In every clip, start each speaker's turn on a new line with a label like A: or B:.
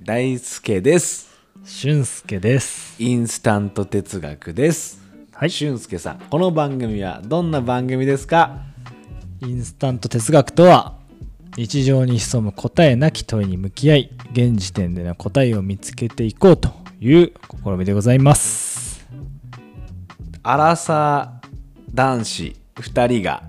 A: 大輔です
B: 俊介です
A: インスタント哲学です
B: はい
A: 俊介さんこの番組はどんな番組ですか
B: インスタント哲学とは日常に潜む答えなき問いに向き合い現時点での答えを見つけていこうという試みでございます
A: アラサー男子2人が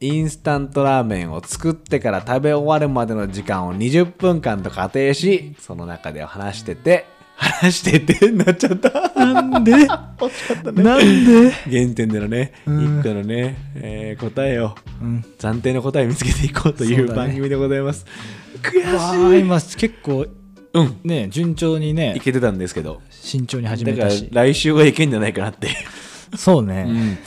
A: インスタントラーメンを作ってから食べ終わるまでの時間を20分間と仮定しその中で話してて話しててなっちゃった
B: なんでなんで
A: 原点でのね、
B: うん
A: 一個のね、えー答えを
B: うん
A: 暫定の答えを見つけていこうとい
B: そう
A: う
B: だね
A: 番組でございます、
B: わ
A: 悔
B: あ
A: しい
B: 今結構
A: うん
B: ね順調にね
A: いけてたんですけど
B: 慎重に始
A: だ
B: め
A: か
B: た
A: ら
B: し
A: 来週はいけんじゃないかなって、
B: そうね、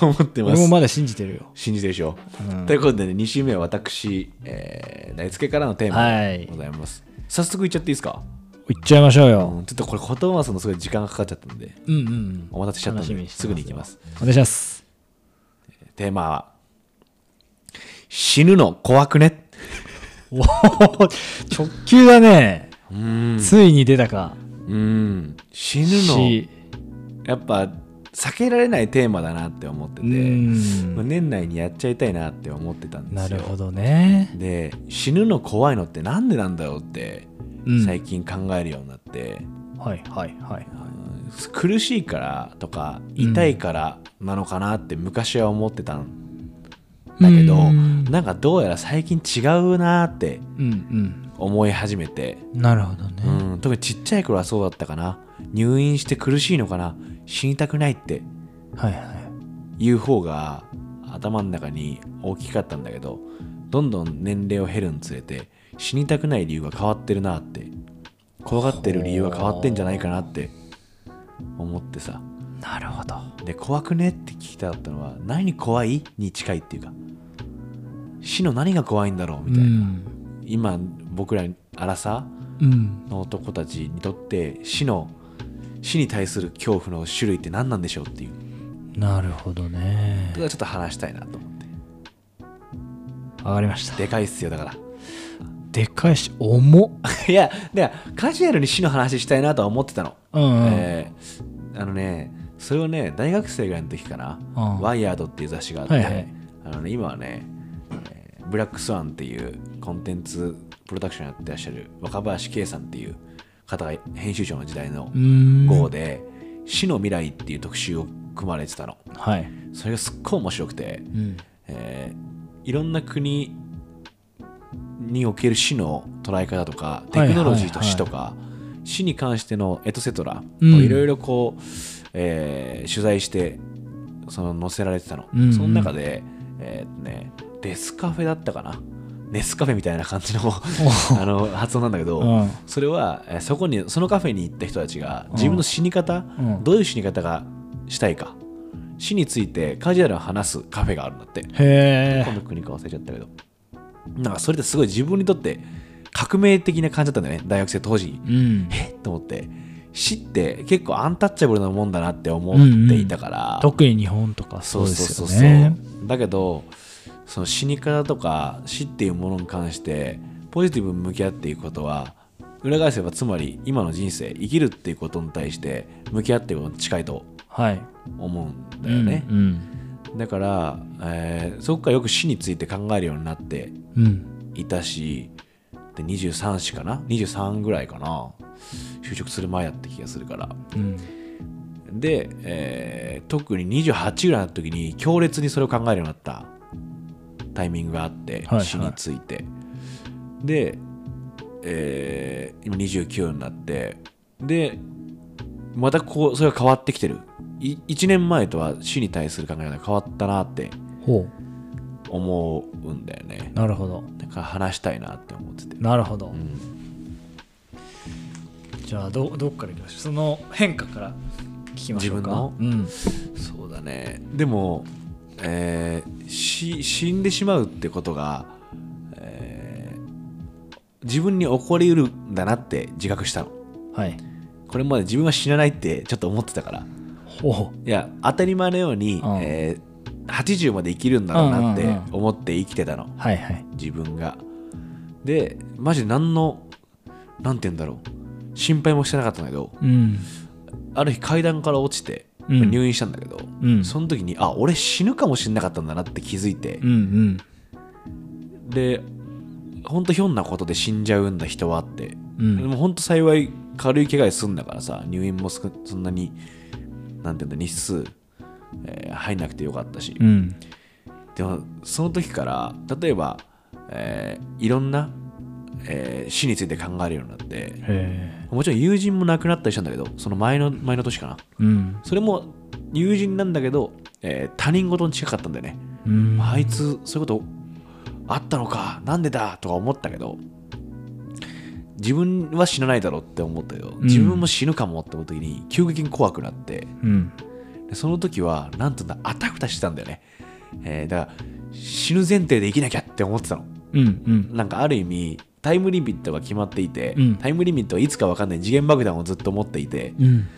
A: 思ってま
B: 俺も
A: す
B: まだ信じてるよ
A: 信じてるでしょ、
B: うん
A: ということでね2週目は私、えー大輔からのテーマ
B: はい
A: でございます、早速いっちゃっていいですか、
B: 行っちゃいましょう
A: う
B: よ、
A: んちょっとこれ言葉すのすごい時間がかかっちゃったんで
B: うん、うんうん
A: お待たせしちゃったん
B: 楽しみ
A: で
B: にして
A: す
B: ます
A: ぐに行きます
B: お願いします
A: テーマは死ぬの怖くね
B: おお直球だね
A: うん
B: ついに出たか。
A: うん死ぬの
B: し、
A: やっぱ避けられないテーマだなって思って
B: う
A: て、
B: ん
A: まあ年内にやっちゃいたいなって思ってたんです
B: な
A: よ
B: るほどね。
A: で死ぬの怖いのってなんでなんだろうって
B: うん
A: 最近考えるようになって、
B: はいはいはい。
A: うん苦しいからとか痛いからなのかなって昔は思ってたんだけど、
B: うん
A: なんかどうやら最近違うなって
B: うん
A: 思い始めて、
B: うん。なるほどね。
A: うん、特にちっちゃい頃はそうだったかな入院して苦しいのかな死にたくないって
B: はいはい。
A: いう方が頭の中に大きかったんだけどどんどん年齢を減るにつれて死にたくない理由が変わってるなって怖がってる理由が変わってんじゃないかなって思ってさ
B: なるほど。
A: で怖くねって聞きたかったのは何怖いに近いっていうか死の何が怖いんだろうみ
B: う
A: たいな、
B: ん。
A: 今僕らアラサ
B: うん。
A: ーの男たちにとって死の死に対する恐怖の種類って何なんでしょうっていう
B: なるほどね
A: それ。はちょっと話したいなと思って
B: わかりました。
A: でかいっすよだから
B: でかいし、重っ。
A: いや、でカジュアルに死の話したいなとは思ってたの。
B: うんうん。
A: えーあのね、それをね、大学生ぐらいの時かな、
B: うん
A: ワイヤードっていう雑誌があって、
B: はいはい
A: あのね、今はね、えーブラックスワンっていうコンテンツプロダクションやってらっしゃる若林圭さんっていう方が編集長の時代の
B: うーん。
A: 号で、死の未来っていう特集を組まれてたの。
B: はい。
A: それがすっごい面白くて、
B: うん。
A: えーいろんな国における死の捉え方とかテクノロジーと死とか、死に関してのエトセトラを
B: うん
A: いろいろこう、えー取材してその載せられてたの、
B: うんうん
A: その中で、えーとね、デスカフェだったかなネスカフェみたいな感じの あの発音なんだけど、
B: うん
A: それは、えーそこにそのカフェに行った人たちが自分の死に方、
B: うん
A: どういう死に方がしたいか死についてカジュアルに話すカフェがあるんだって
B: へ
A: こ
B: え。
A: の国か忘れちゃったけどなんかそれってすごい自分にとって革命的な感じだったんだよね大学生当時
B: うん。
A: えっと思って死って結構アンタッチャブルなもんだなって思っていたから、
B: 特に日本とかそうですよね。
A: だけどその死に方とか死っていうものに関してポジティブに向き合っていくことは裏返せばつまり今の人生生きるっていうことに対して向き合っていくことに近いと
B: はい。
A: 思うんだよね、
B: うん。
A: だから、えーそこからよく死について考えるようになって
B: うん。
A: いたしで23歳かな23ぐらいかな就職する前だった気がするから
B: うん。
A: で、えー特に28ぐらいの時に強烈にそれを考えるようになったタイミングがあって、
B: はいはい
A: 死についてで、えー今29になってでまたこうそれが変わってきてる1年前とは死に対する考え方が変わったなって
B: ほ
A: 思うんだよね
B: う。なるほど。
A: だから話したいなって思ってて、
B: なるほど。
A: うん
B: じゃあどどっからいきましょうその変化から聞きましょうか
A: 自
B: 分の、
A: そうだねでも、えーし死んでしまうってことが、えー自分に起こりうるんだなって自覚したの
B: うん、はい
A: これまで自分は死なないってちょっと思ってたから
B: ほ
A: いや当たり前のように、
B: うん
A: えー80まで生きるんだろうなっ
B: うんう
A: て
B: んうん
A: 思って生きてたの、
B: うはいはい
A: 自分がでマジ何のなんて言うんだろう心配もしてなかったんだけど
B: うん
A: ある日階段から落ちて
B: うん
A: 入院したんだけど、
B: うん
A: その時にあ俺死ぬかもしれなかったんだなって気づいて
B: うんう、ん
A: でほんとひょんなことで死んじゃうんだ人はって、
B: うん
A: でもほんと幸い軽い怪我で済んだからさ入院もすくそんなになんて言うんだ日数、えー入んなくてよかったし、
B: うん
A: でもその時から例えば、えーいろんな、えー死について考えるようになって
B: へえ
A: もちろん友人も亡くなったりしたんだけどその前の前の年かな
B: うん
A: それも友人なんだけど、えー他人事に近かったんだよね、
B: うん
A: あいつそういうことあったのかなんでだとか思ったけど自分は死なないだろうって思ったけど自分も死ぬかもって思った時に急激に怖くなって
B: うん
A: でその時はなんとなあたふたしてたんだよね、えーだから死ぬ前提で生きなきゃって思ってたの
B: うんうん
A: なんかある意味タイムリミットが決まっていて、
B: うん
A: タイムリミットはいつか分かんない次元爆弾をずっと持っていて、
B: うん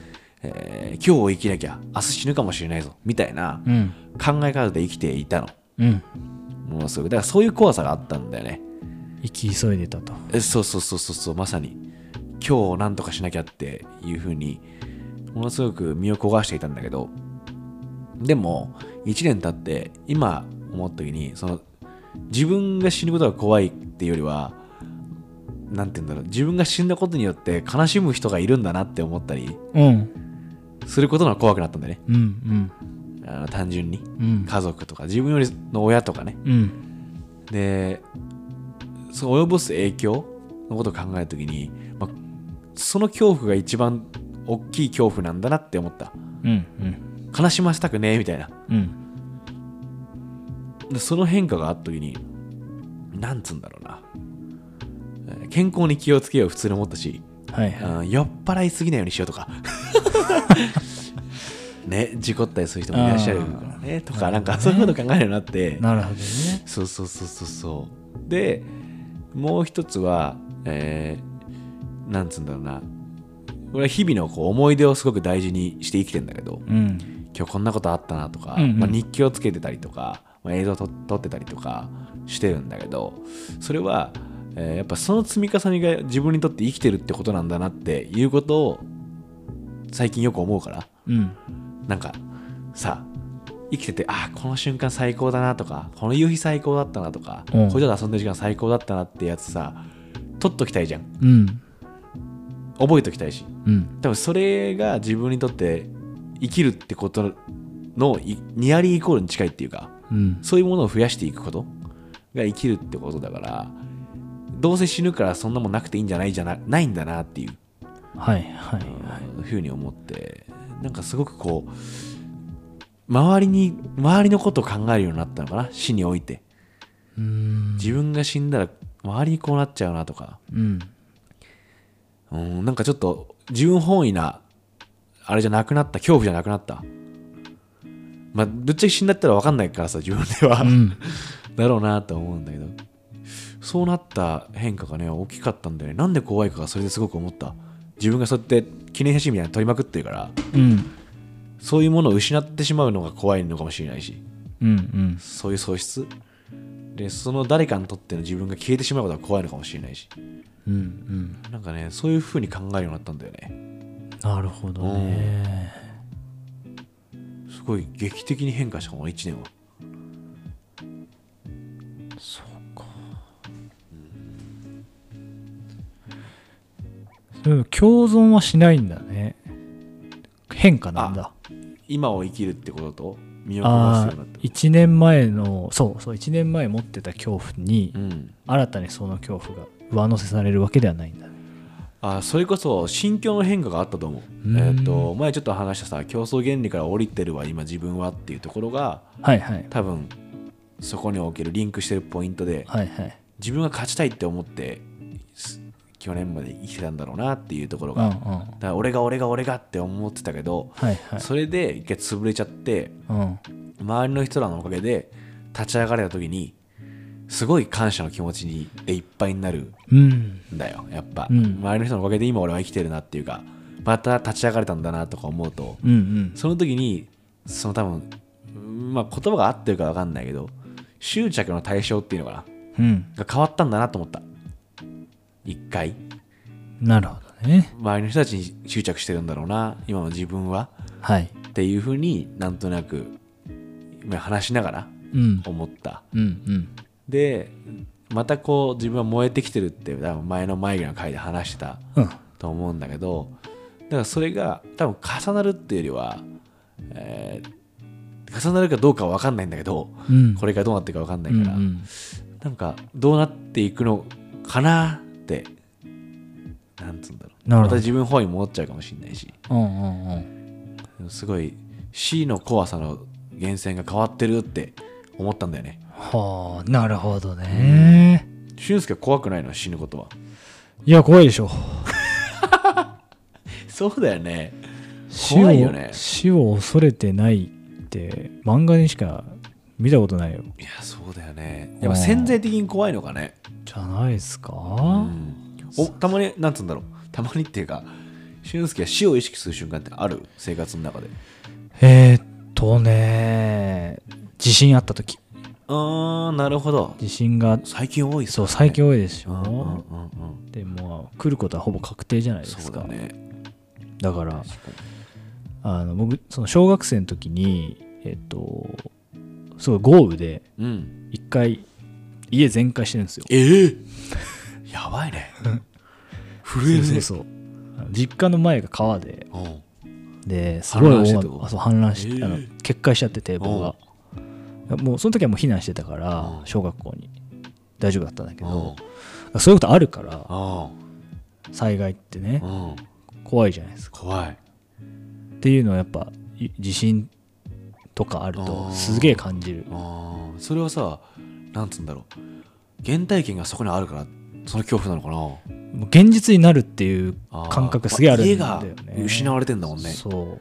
A: えー今日を生きなきゃ明日死ぬかもしれないぞみたいな
B: うん
A: 考え方で生きていたの
B: うん
A: ものすごくだからそういう怖さがあったんだよね
B: 生き急いでたと
A: えそうそうそうそうそうまさに今日を何とかしなきゃっていうふうにものすごく身を焦がしていたんだけどでも1年経って今思った時にその自分が死ぬことが怖いっていうよりはなんて言うんだろう自分が死んだことによって悲しむ人がいるんだなって思ったり
B: うん
A: することが怖くなったんだよね
B: うん
A: あの単純に
B: うんうん
A: 家族とか自分よりの親とかね
B: うん
A: でそう及ぼす影響のことを考えるときに、まあ、その恐怖が一番大きい恐怖なんだなって思った
B: うんうん
A: 悲しませたくねえみたいな
B: うん
A: でその変化があったときになんつうんだろうなえー健康に気をつけよう普通に思ったし、
B: はいはい
A: うん酔っ払いすぎないようにしようとかね事故ったりする人もいらっしゃるからねとかなんかそういうこと考えるようになって
B: なるほどね
A: そうそうそうそうそうでもう一つはえーなんつうんだろうな俺は日々のこう思い出をすごく大事にして生きてんだけど
B: うん
A: 今日こんなことあったなとか、
B: うんうん
A: まあ、日記をつけてたりとか、まあ、映像と撮ってたりとかしてるんだけどそれは、えーやっぱその積み重ねが自分にとって生きてるってことなんだなっていうことを最近よく思うから
B: うん
A: なんかさ生きててあーこの瞬間最高だなとかこの夕日最高だったなとか、
B: うん
A: こういうとこ遊んでる時間最高だったなってやつさ取っときたいじゃん
B: うん
A: 覚えときたいし
B: うん
A: 多分それが自分にとって生きるってことのいニアリーイコールに近いっていうか
B: うん
A: そういうものを増やしていくことが生きるってことだからどうせ死ぬからそんなもんなくていいんじゃないじゃなないんだなっていう
B: はいはいは
A: ふうに思ってなんかすごくこう周りに周りのことを考えるようになったのかな死において
B: いうーん
A: 自分が死んだら周りにこうなっちゃうなとか
B: うん
A: うんなんかちょっと自分本位なあれじゃなくなった恐怖じゃなくなったまあぶっちゃけ死んだったら分かんないからさ自分では、
B: うん
A: だろうなと思うんだけどそうなった変化がね大きかったんだよねなんで怖いかがそれですごく思った自分がそうやって記念写真みたいなの撮りまくってるから
B: うん
A: そういうものを失ってしまうのが怖いのかもしれないし、
B: うん
A: そういう喪失。で、その誰かにとっての自分が消えてしまうことが怖いのかもしれないし、
B: うんうん
A: なんかね、そういう風に考えるようになったんだよね。
B: なるほどね
A: すごい劇的に変化したこの1年は。
B: でも共存はしないんだね変化なんだ
A: 今を生きるってことと、身を焦が
B: あ
A: すようになった。
B: 1年前のそうそう1年前持ってた恐怖に
A: うん、
B: 新たにその恐怖が上乗せされるわけではないんだね
A: あそれこそ心境の変化があったと思う、
B: ん
A: えっと前ちょっと話したさ競争原理から降りてるわ今自分はっていうところが
B: はいはい
A: 多分そこにおけるリンクしてるポイントで、
B: はいはい
A: 自分が勝ちたいって思ってす去年まで生きてたんだろうなっていうところ
B: うん
A: が、
B: うん
A: だから俺が俺が俺がって思ってたけど、
B: はいはい
A: それで一回潰れちゃって
B: うん
A: 周りの人らのおかげで立ち上がれた時にすごい感謝の気持ちにでいっぱいになる
B: うん
A: んだよやっぱ、
B: うん
A: 周りの人のおかげで今俺は生きてるなっていうかまた立ち上がれたんだなとか思うと
B: うんうん
A: その時にその多分うんまあ言葉が合ってるか分かんないけど執着の対象っていうのかな
B: うん
A: が変わったんだなと思った一回
B: なるほどね。
A: 周りの人たちに執着してるんだろうな今の自分は
B: はい。
A: っていうふうになんとなくまあ話しながら
B: うん。
A: 思った
B: うんうん。
A: でまたこう自分は燃えてきてるって多分前の前ぐらいの回で話してた
B: うん。
A: と思うんだけどだからそれが多分重なるっていうよりは、えー重なるかどうかは分かんないんだけど
B: うん。
A: これがどうなっていくか分かんな
B: れ
A: いから、
B: うんうん
A: なんかどうなっていくのかなってなんつうんだろう
B: な
A: ま
B: るほ
A: た
B: ど。
A: 自分本位に戻っちゃうかもしれないし
B: うんうんうん。
A: すごい C の怖さの源泉が変わってるって思ったんだよね
B: はあ、なるほどね。
A: 俊介は怖くないの死ぬことはい
B: や、怖いでしょ。
A: そうだよね
B: 死を
A: 怖いよね
B: 死を恐れてないって漫画にしか見たことないよ。
A: いやそうだよねやっぱ潜在的に怖いのかね
B: じゃないですか、
A: うんおたまになんつうんだろうたまにっていうか俊介は死を意識する瞬間ってある生活の中で
B: えー、っとね地震あった時
A: あーなるほど
B: 地震が
A: 最近多いっす
B: そ
A: ね
B: う最近多いでしょ、
A: うんうんうんうん
B: でもう来ることはほぼ確定じゃないで
A: そ
B: す
A: う
B: か
A: だ
B: だ,、
A: ね
B: からあの僕その小学生の時にえっとすごい豪雨で
A: うん
B: 一回家全壊してるんですよ
A: ええ やばい ね震える
B: そ
A: ね
B: うそうそうあの実家の前が川で
A: うん
B: ですごい
A: 氾濫して
B: 大
A: た
B: 雨
A: と
B: あそう氾濫し
A: へ
B: て
A: え
B: あの決壊しちゃって堤防がもうその時はもう避難してたから
A: うん
B: 小学校に大丈夫だったんだけ
A: うん
B: どそういうことあるから
A: あ
B: 災害ってね
A: あうん
B: 怖いじゃないですか
A: 怖い
B: っていうのはやっぱい地震とかある
A: う
B: と
A: ん
B: すげえ感じる
A: あーそれはさなんつうんだろう原体験がそこにあるからその恐怖なのかな
B: もう現実になるっていう
A: あー
B: 感覚すげえあるんだよね、
A: まあ家が失われてんだもんね
B: そう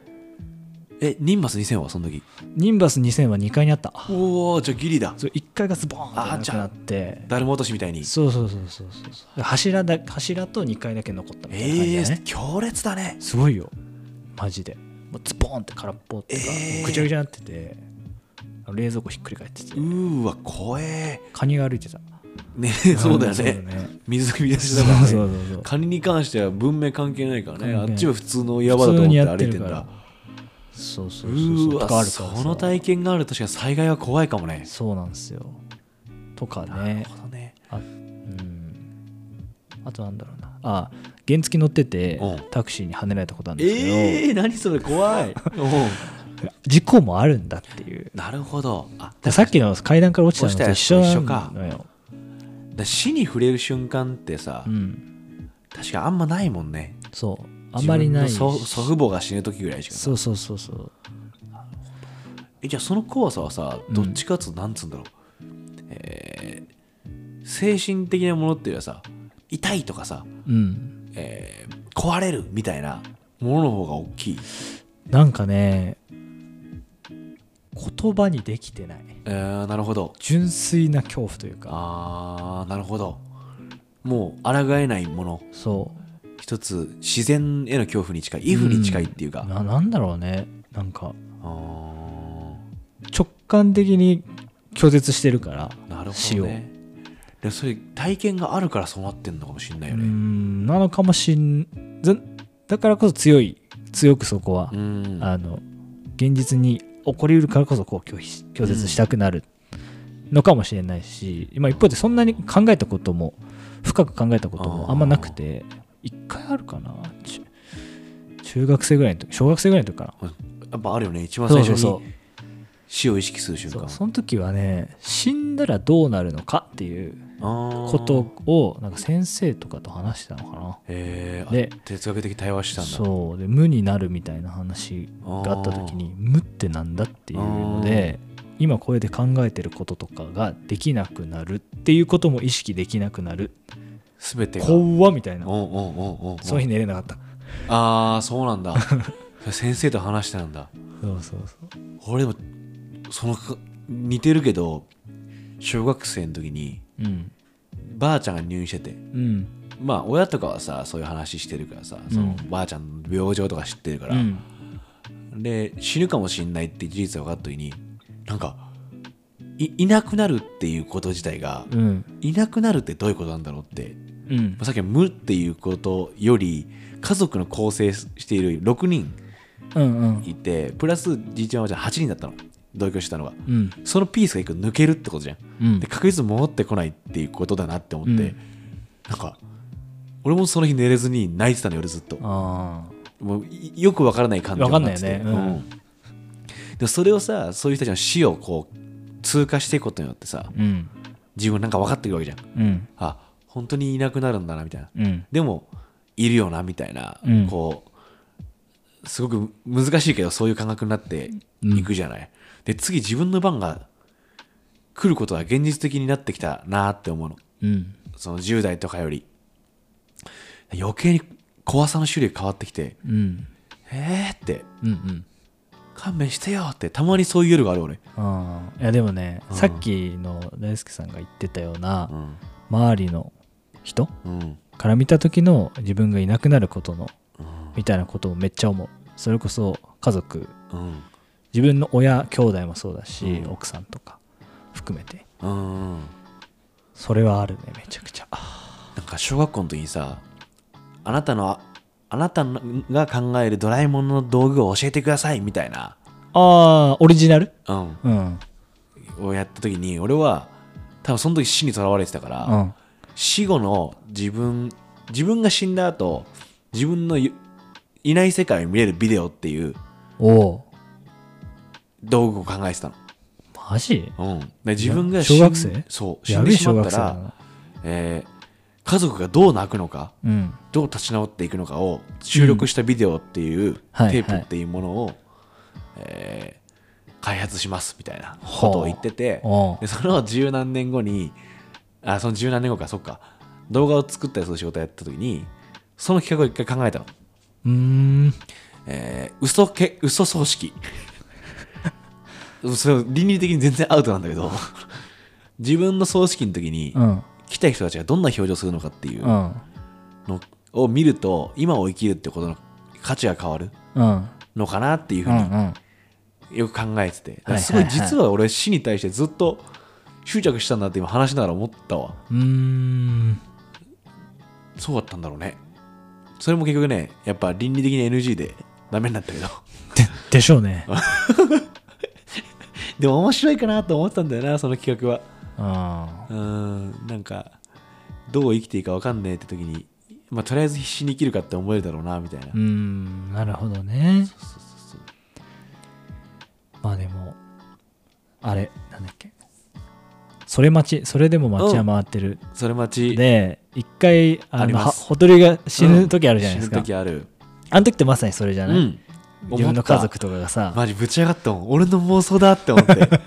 A: えニンバス2000はその時
B: ニンバス2000は2階にあった
A: おおじゃあギリだ
B: そう1階がズボーンってなくなって
A: ダルマ落としみたいに
B: そうそうそうそうそうそう柱だ柱と2階だけ残ったみたいな感じ
A: ええ
B: だね、
A: 強烈だね
B: すごいよマジでもうズボンって空っぽってか、
A: えー
B: ぐちゃぐちゃになっててあの冷蔵庫ひっくり返ってて
A: うーわ怖え
B: カニが歩いてた
A: ねそうだよね水見出しだ
B: そう
A: からね
B: そうそうそう
A: カニに関しては文明関係ないからねあ
B: 関係ない
A: っちは普通の岩場だと思って歩いてん
B: 普通にや
A: だ
B: ってそう
A: う
B: そうそうそう
A: ー
B: とかあ
A: わ
B: るから
A: そ
B: さ
A: の体験があると確かに災害は怖いかもね
B: そうなんですよとかね
A: なるほどね
B: あうんあとなんだろうなあ原付乗ってて
A: うん
B: タクシーにはねられたことあるんですけど、
A: ええ何それ怖 いうん
B: 事故もあるんだっていう
A: なるほどあ
B: でさっきの階段から落ちたのと一緒なのよ、
A: だ死に触れる瞬間ってさ
B: うん、
A: 確かあんまないもんね
B: そうあんまりない
A: 自分の祖祖父母が死ぬ時ぐらいしか
B: そうそうそうそう
A: えじゃあその怖さはさ
B: うん
A: どっちかっつうとなんつうんだろう、えー精神的なものっていうよりはさ痛いとかさ、
B: うん
A: えー壊れるみたいなものの方が大きい、
B: なんかね言葉にできてない
A: えーなるほど
B: 純粋な恐怖というか
A: あーなるほどもう抗えないもの
B: そう
A: 一つ自然への恐怖に近い癒不に近いっていうか、あ
B: ななんだろうねなんか
A: あ
B: 直感的に拒絶してるから
A: ーなるほ
B: 死
A: ど
B: を
A: ねでもそれ体験があるからそうなってんのかもしれないうよね
B: んなのかもしんずだからこそ強い強くそこは
A: う、ん
B: あの現実に起こりうるからこそこう拒否拒絶したくなるのかもしれないし、まあ一方でそんなに考えたことも深く考えたこともあんまなくて一回あるかなち中学生ぐらいの時小学生ぐらいの時かな
A: やっぱあるよね一番最初
B: そうそう
A: に死を意識する瞬
B: そ
A: 間
B: うその時はね死んだらどうなるのかっていうこ
A: こと
B: をなんか先生とかと話してたのかな
A: えー、
B: で
A: あ哲学的対話したんだ
B: そうで無になるみたいな話があった時に無ってなんだっていうので今これで考えてることとかができなくなるっていうことも意識できなくなる
A: 全てがうん
B: 怖っみたいな
A: うんうんうんうん
B: その日寝れなかった
A: ああそうなん だそれ先生と話してたんだ
B: そうそうそう
A: 俺でもそのか似てるけど小学生の時に
B: うん
A: ばあちゃんが入院してて
B: うん
A: まあ親とかはさそういう話してるからさその
B: うん
A: ばあちゃんの病状とか知ってるから、
B: うん
A: で死ぬかもしんないって事実が分かった時になんかいいなくなるっていうこと自体が
B: うん
A: いなくなるってどういうことなんだろうって
B: うん
A: まあさっきの無っていうことより家族の構成している6人
B: うんうん
A: いてプラスじいちゃんおばあちゃん8人だったの同居してたのが
B: うん
A: そのピースが一個抜けるってことじゃん
B: うん
A: で確実に戻ってこないっていうことだなって思って、
B: うん
A: なんか俺もその日寝れずに泣いてたのよ俺ずっと
B: あ
A: もういよくわからない感情
B: わかんないよね
A: になっててうんでもそれをさそういう人たちの死をこう通過していくことによってさ
B: あうん
A: 自分なんか分かってくるわけじゃん
B: うん
A: あ本当にいなくなるんだなみたいな
B: うん
A: でもいるよなみたいな、
B: うん
A: こうすごく難しいけどそういう感覚になっていくじゃない、で次自分の番が来ることは現実的になってきたなって思うの
B: うん
A: その10代とかより余計に怖さの種類変わってきて
B: うん
A: えーって
B: うんうん
A: 勘弁してよってたまにそういう夜がある俺、
B: ああいやでもね、
A: うん
B: さっきの大輔さんが言ってたような、
A: うん
B: 周りの人
A: うん
B: から見た時の自分がいなくなることの
A: うん
B: みたいなことをめっちゃ思うそれこそ家族
A: うん
B: 自分の親兄弟もそうだし、
A: うん
B: 奥さんとか含めて
A: うん
B: それはあるねめちゃくちゃ
A: なんか小学校の時にさあなたのあなたが考えるドラえもんの道具を教えてくださいみたいな、
B: あーオリジナル
A: うん、
B: うん
A: をやった時に俺は多分その時死にとらわれてたから、
B: うん
A: 死後の自分自分が死んだ後自分のいいない世界を見れるビデオっていう
B: おお
A: 道具を考えてた
B: ーマジ
A: の、うん、で自分が
B: 小
A: 死ん
B: 学生
A: そう死
B: や
A: ん
B: べ
A: で
B: え
A: し
B: 小
A: まっ
B: 学
A: た
B: 生
A: ら、
B: だな
A: えー家族がどう泣くのか
B: うん
A: どう立ち直っていくのかを収録したビデオっていう、テ
B: はい
A: ープっていうものを、えー開発しますみたいなことを言ってて
B: お
A: で
B: ー
A: その十何年後にあその十何年後かそっか動画を作ったりする仕事をやった時にその企画を一回考えたの、
B: うーん
A: えー、嘘け嘘葬式 それ倫理的に全然アウトなんだけ ど自分の葬式の時に
B: うん
A: 来た人たちがどんな表情するのかっていう
B: う、ん
A: のを見ると今を生きるってことの価値が変わる
B: うん
A: のかなっていうふ
B: う
A: うん
B: うん
A: によく考えてて、だから
B: はいはいはい
A: すごい実は俺死に対してずっと執着したんだって今話しながら思ったわ
B: うーん
A: そうだったんだろうねそれも結局ねやっぱ倫理的に NG でダメになったけど
B: でしょうね
A: でも面白いかなと思ってたんだよなその企画は
B: あ
A: うーんなんかどう生きていいか分かんねえって時にまあとりあえず必死に生きるかって思えるだろうなみたいな、
B: ーうーんなるほどね
A: そうそうそう
B: まあでもあれなんだっけそれ待ちそれでも町は回ってる、
A: それ待ち
B: で一回あ
A: あり
B: の
A: ます
B: はほとりが死ぬ時あるじゃないですか、
A: うん死ぬ時ある
B: あの時ってまさにそれじゃない、
A: うん
B: 自分
A: 思
B: の家
A: った
B: 族とかがさ、
A: マジぶち上がったもん俺の妄想だって思って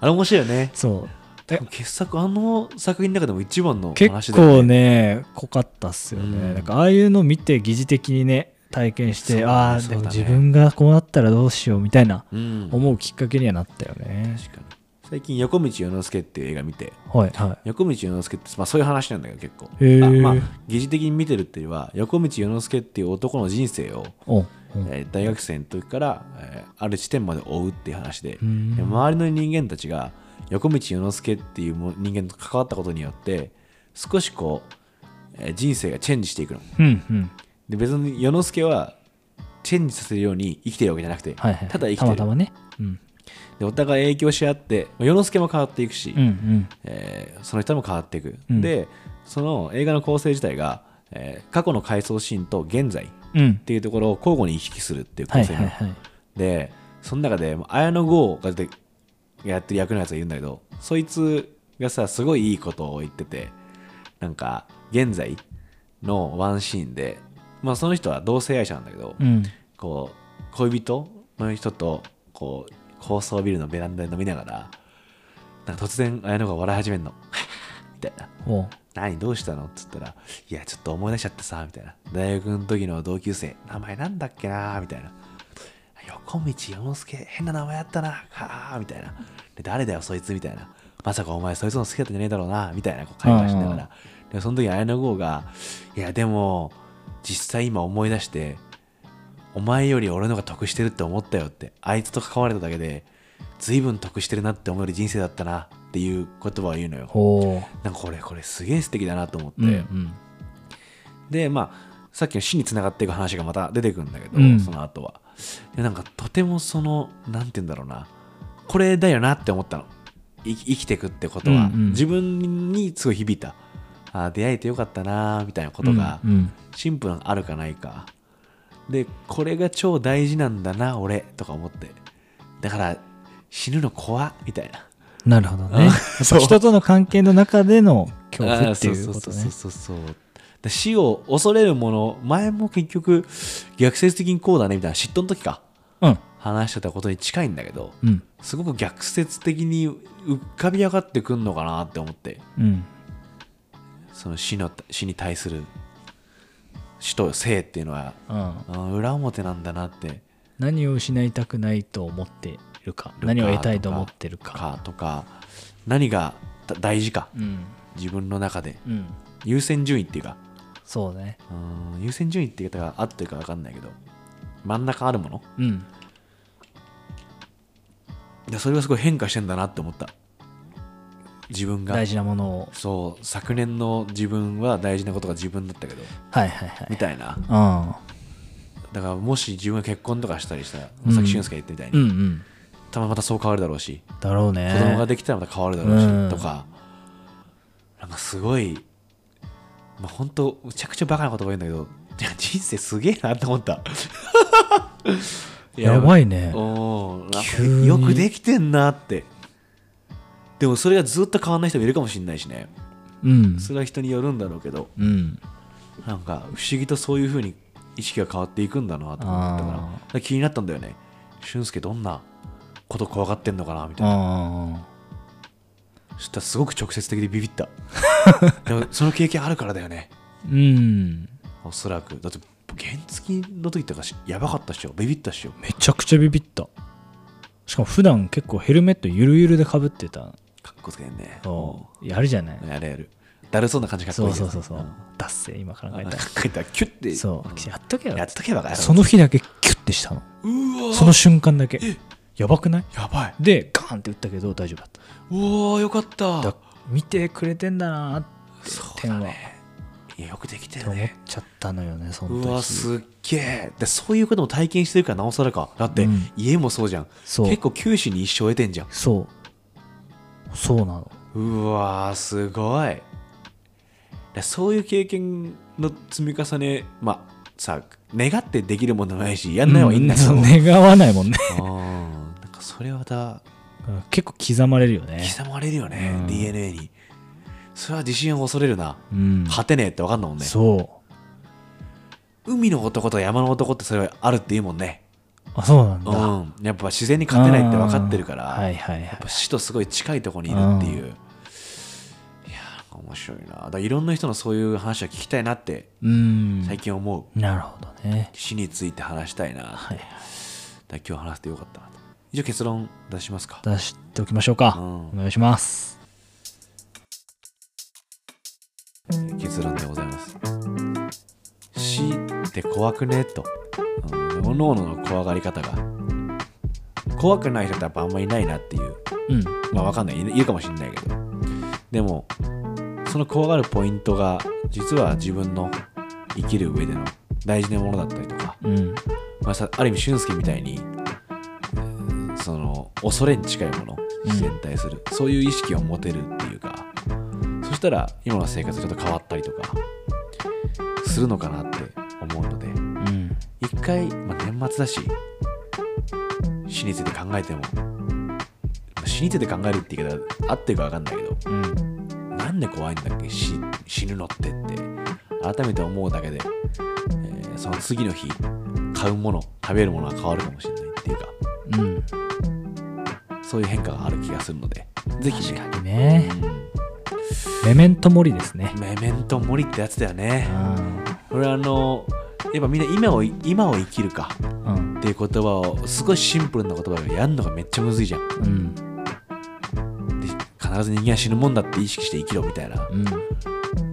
A: あれ面白いよね
B: そうえ
A: 傑作あの作品の中でも一番の話
B: 結
A: だよ
B: 構
A: ね
B: ね濃かったっすよね、
A: うん
B: なんかああいうの見て疑似的にね体験し
A: そう
B: て
A: だね
B: ああ、
A: そう
B: で
A: だね
B: も自分がこうなったらどうしようみたいな
A: うん
B: 思うきっかけにはなったよね、
A: 確かに最近横道世之助っていう映画見て
B: はいは
A: 横道世之助って、まあ、そういう話なんだけど結構
B: へー
A: あまあ疑似的に見てるっていうよりは横道世之助っていう男の人生を、
B: いおううん
A: えー大学生の時から、えーある地点まで追うっていう話で,で、
B: うん
A: 周りの人間たちが横道世之助っていうも人間と関わったことによって少しこう、えー人生がチェンジしていくの
B: うんうん
A: で別に世之助はチェンジさせるように生きてるわけじゃなくて、
B: はいはい
A: ただ生きて
B: た
A: る
B: またまねうん
A: でお互い影響し合ってまあ世之助も変わっていくし、
B: うんうん
A: えーその人も変わっていく、
B: うん
A: でその映画の構成自体が、えー過去の回想シーンと現在っ
B: うん
A: ていうところを交互に行き来するっていう
B: は
A: 構
B: い
A: 成
B: は
A: ないの
B: はい
A: でその中でもう綾野剛が出てやってる役のやつがいるんだけどそいつがさすごいいいことを言っててなんか現在のワンシーンで、まあ、その人は同性愛者なんだけど、
B: うん
A: こう恋人の人とこう高層ビルのベランダで飲みながらなんか突然綾野が笑い始めるの みたいな
B: おう
A: 「何どうしたの?」っつったら「いやちょっと思い出しちゃってさ」みたいな大学の時の同級生名前なんだっけなみたいな「横道世之助変な名前あったなはあ」みたいなで「誰だよそいつ」みたいな「まさかお前そいつの好きだったんじゃねえだろうな」みたいなこう会話しながらでその時綾野剛が「いやでも実際今思い出してお前より俺のが得してるって思ったよってあいつと関われただけで随分得してるなって思える人生だったなっていう言葉を言うのよ
B: おう
A: なんかこれこれすげえ素敵だなと思って、
B: うんうん
A: でまあさっきの死につながっていく話がまた出てくるんだけど、
B: うん
A: その後はでなんかとてもそのなんて言うんだろうなこれだよなって思ったのい生きてくってことは、
B: うんうん
A: 自分にすごい響いたあー出会えてよかったなーみたいなことが
B: うんうん
A: シンプルにあるかないかでこれが超大事なんだな俺とか思ってだから死ぬの怖っみたいな
B: なるほど
A: あ
B: ね。やっ
A: そ
B: ぱ
A: う
B: 人との関係の中での恐
A: あ
B: 怖
A: ー
B: っていうこ
A: そ
B: とね
A: う。そうそうそうそうだ死を恐れるもの前も結局逆説的にこうだねみたいな嫉妬の時か
B: うん。
A: 話してたことに近いんだけど
B: うん。
A: すごく逆説的に浮かび上がってくんのかなって思って
B: うん。
A: その死の死に対する死と生っていうのは
B: うん。
A: あー裏表なんだなって
B: 何を失いたくないと思っているか、
A: か
B: 何を得たいと思ってるか。
A: かとか何が大事か
B: うん。
A: 自分の中で
B: うん。
A: 優先順位っていうか
B: そうね。
A: うん優先順位って言い方が合ってるか分かんないけど真ん中あるもの
B: うん。
A: でそれはすごい変化してんだなって思った自分が
B: 大事なものを。
A: そう昨年の自分は大事なことが自分だったけど
B: はいはいは。
A: みたいないだからもし自分が結婚とかしたりしたら、
B: うん
A: さっき俊介が言ってみたいに、
B: うん。うんうん。
A: たままたそう変わるだろうし
B: だろう
A: 子
B: ね。
A: 供ができたらまた変わるだろうし、
B: うん
A: とかなんかすごいまあ本当むちゃくちゃバカなことが言うんだけどいや人生すげえなって思った
B: やばいね。
A: おーなんか
B: 急に
A: よくできてんなってでもそれがずっと変わんない人もいるかもしれないしね
B: うん。
A: それは人によるんだろうけど
B: うん。
A: なんか不思議とそういう風に意識が変わっていくんだなと思ったから
B: あー
A: だから気になったんだよね俊介どんなこと怖がってんのかなみたいな
B: あ
A: そしたらすごく直接的でビビった でもその経験あるからだよね
B: ーうん。
A: おそらくだって原付の時とかしやばかったっしょビビったっしょ
B: めちゃくちゃビビった。しかも普段結構ヘルメットゆるゆるでかぶってた。
A: かっこつけんね
B: そう。やるじゃない。
A: やれやるだるそうな感じかっこ
B: そ
A: いいうじゃ
B: そ
A: ん
B: うそうそう。
A: ん
B: だっせ、今考えたら。
A: 書いたらキュッて
B: そう、
A: ん
B: やっとけよ
A: やっとけばか
B: その日だけキュッてしたの
A: うわ
B: その瞬間だけやばくない
A: やばい
B: でガーンって打ったけど大丈夫だった
A: うわよかった
B: だ見てくれてんだなーって
A: そう
B: 点
A: だ
B: は、
A: ねいやよくできて
B: って
A: る
B: 思っ
A: ね
B: ちゃったのよねその時
A: うわすっげえでそういうことも体験してるからなおさらかだって、
B: うん
A: 家もそうじゃん
B: そう
A: 結構九死に一生得てんじゃん
B: そうそうなの
A: うわすごいでそういう経験の積み重ねまあさ願ってできるものないしやんないはいいんだけど、
B: うそう願わないもんね
A: うんなんかそれはまた
B: うん結構刻まれるよね
A: 刻まれるよね、
B: うん
A: DNA にそれは自信を恐れるな、
B: うん
A: 果てねえって分かんないもんね
B: そう
A: 海の男と山の男ってそれはあるって言うもんね
B: あそうなんだ
A: うんやっぱ自然に勝てないって分かってるから、
B: はいはいは
A: やっ
B: い
A: ぱ死とすごい近いところにいるっていう、いやー面白いなだからいろんな人のそういう話は聞きたいなって
B: うん
A: 最近思う、
B: なるほどね
A: 死について話したいな、だ
B: はい
A: から今日話してよかったなと一応結論出しますか
B: 出しておきましょうか、
A: うん
B: お願いします
A: 結論でございます死って怖くねと、うん、おのおのの怖がり方が怖くない人ってやっぱあんまいないなっていう
B: うん
A: まあわかんないいるいるかもしれないけどでもその怖がるポイントが実は自分の生きる上での大事なものだったりとか、
B: うん
A: まあ、さある意味俊介みたいにうんその恐れに近いもの
B: うん
A: 自然に対する、そういう意識を持てるっていうかそしたら今の生活ちょっと変わったりとかするのかなって思うので
B: うん
A: 一回、まあ、年末だし死について考えても死について考えるって言い方合ってるか分かんないけど
B: うん
A: なんで怖いんだっけ死死ぬのってって改めて思うだけで、えーその次の日買うもの食べるものが変わるかもしれないっていうか
B: うん
A: そういう変化がある気がするのでぜひね
B: ねメメントモリですね
A: うん、メメントモリってやつだよね
B: う
A: これあのやっぱみんな今を今を生きるか
B: ん
A: っていう言葉をすごいシンプルな言葉をやるのがめっちゃむずいじゃん
B: うん
A: で必ず人間は死ぬもんだって意識して生きろみたいな
B: うん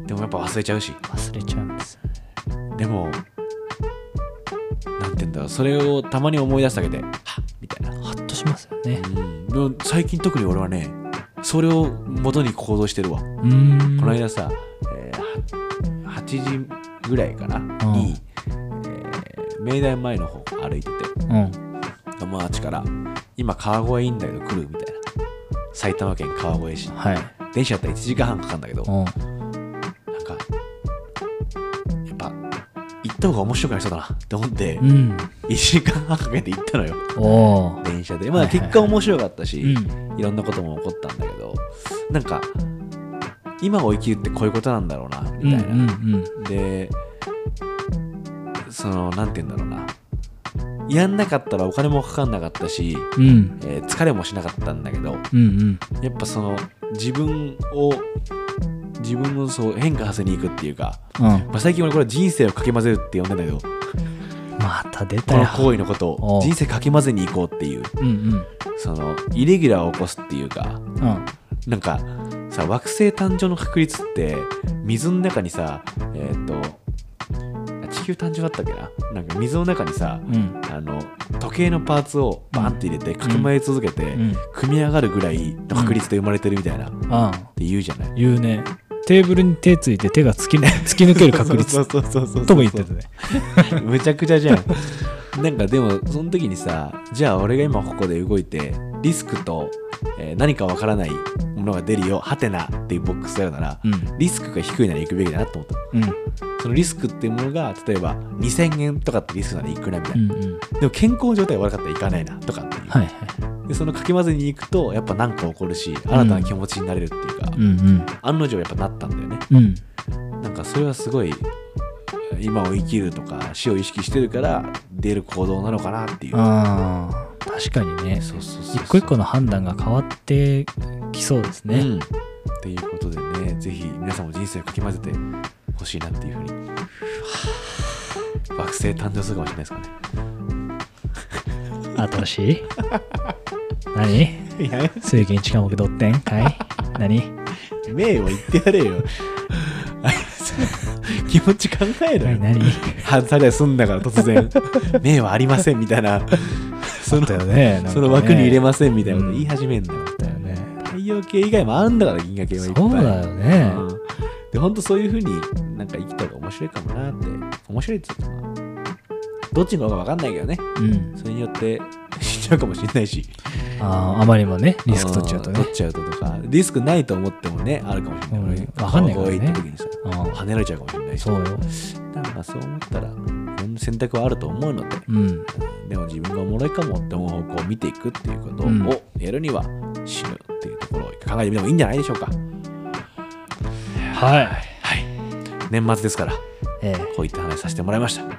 A: でもやっぱ忘れちゃうし
B: 忘れちゃうんですよね
A: でもなんて言うんだろうそれをたまに思い出すだけではっみたいな、
B: ハッとしますよね
A: うん、でも最近特に俺はねそれを元に行動してるわこ
B: うん
A: の間さ、えーは8時ぐらいかな
B: うん
A: に、えー明大前の方歩いてて
B: うん
A: 友達から「今川越いいんだけど来る?」みたいな埼玉県川越市
B: はい
A: 電車だったら1時間半かかるんだけど
B: うん
A: なんかやっぱ行った方が面白くなりそうだなって思って
B: うん
A: 1時間半かけて行ったのよ
B: おー
A: 電車でま
B: は
A: あ
B: いはいはい
A: 結果面白かったし、
B: うん
A: いろんなことも起こったんだけどなんか今を生きるってこういうことなんだろうなみたいな、
B: うんうん
A: でそのなんて言うんだろうなやんなかったらお金もかかんなかったし、
B: うんうん
A: えー疲れもしなかったんだけど
B: うんうん
A: やっぱその自分を自分をそう変化させに行くっていうか、
B: うん
A: まあ、最近俺これ人生をかき混ぜるって呼んでんだけどこ
B: また出た
A: の
B: よ
A: 行為のこと
B: お
A: を
B: う
A: 人生かき混ぜに行こうっていう
B: うんうん
A: そのイレギュラーを起こすっていうか
B: うん
A: なんかさ惑星誕生の確率って水の中にさえっ、とあ地球誕生だったっけななんか水の中にさ、
B: うん
A: あの時計のパーツをバンって入れてかき混ぜ続けて、
B: うん
A: 組み上がるぐらいの確率で生まれてるみたいな、って
B: あ
A: 言うじゃない
B: 言うねテーブルに手ついて手が突き突き抜ける確 率
A: そうそうそうそうそう
B: とも言ってたね
A: むちゃくちゃじゃんなんかでもその時にさじゃあ俺が今ここで動いてリスクと、えー何かわからないものが出るよハテナっていうボックスやるなら、
B: うん
A: リスクが低いなら行くべきだなと思った
B: うん
A: そのリスクっていうものが例えば2000円とかってリスクなら行くなみたいうな、
B: んうん
A: でも健康状態が悪かったら行かないなとかっていう、
B: はいはい
A: でそのかき混ぜに行くとやっぱ何か起こるし新たな気持ちになれるっていうか、
B: うん
A: 案の定やっぱなったんだよね
B: うんうん
A: なんかそれはすごい今を生きるとか死を意識してるから出る行動なのかなっていう
B: ああ確かにね
A: そうそうそう
B: 一個一個の判断が変わってきそうです
A: ね、う
B: ね
A: んっていうことでねぜひ皆さんも人生をかき混ぜてほしいなっていうふうに惑星誕生するかもしれないですかね
B: 新しい何
A: いや
B: 水銀地下木ドッテンかい何
A: 名を言ってやれよ 気持ち考えろ
B: 何
A: よ
B: 何
A: 外されすんだから突 然名はありませんみたいなその
B: だよね
A: その枠に入れ
B: ま
A: ませんみたいなこと言い始めんだよ、
B: だよね
A: 太陽系以外もあるんだから銀河系はいっぱい
B: そうだよね
A: うんで本当そういうふうになんか生きた方が面白いかもなって面白いって言ってたどっちの方が分かんないけどね
B: うん
A: それによって 死んじゃうかもしれないし
B: あーあまりもねリスク取っちゃうと
A: ん
B: ね
A: 取っちゃうととかリスクないと思ってもねあるかもしれない、
B: うん分かんないから
A: 川越
B: ね
A: 行った時にさ
B: あ
A: 跳
B: ー
A: ねられちゃうかもしれないし
B: そうよ
A: なんかそう思ったらいろんな選択はあると思うので
B: うん
A: でも自分がおもろいかもって思う方向を見ていくっていうこと
B: うん
A: をやるには死ぬっていうところを考えてみてもいいんじゃないでしょうか。
B: はい
A: はい。年末ですから、
B: えー
A: こういった話させてもらいました。あり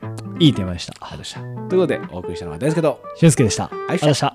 A: がとう
B: いいテーマでした
A: ございました。ということで、お送りしたのは大輔と、
B: 俊介でしたありがとうございました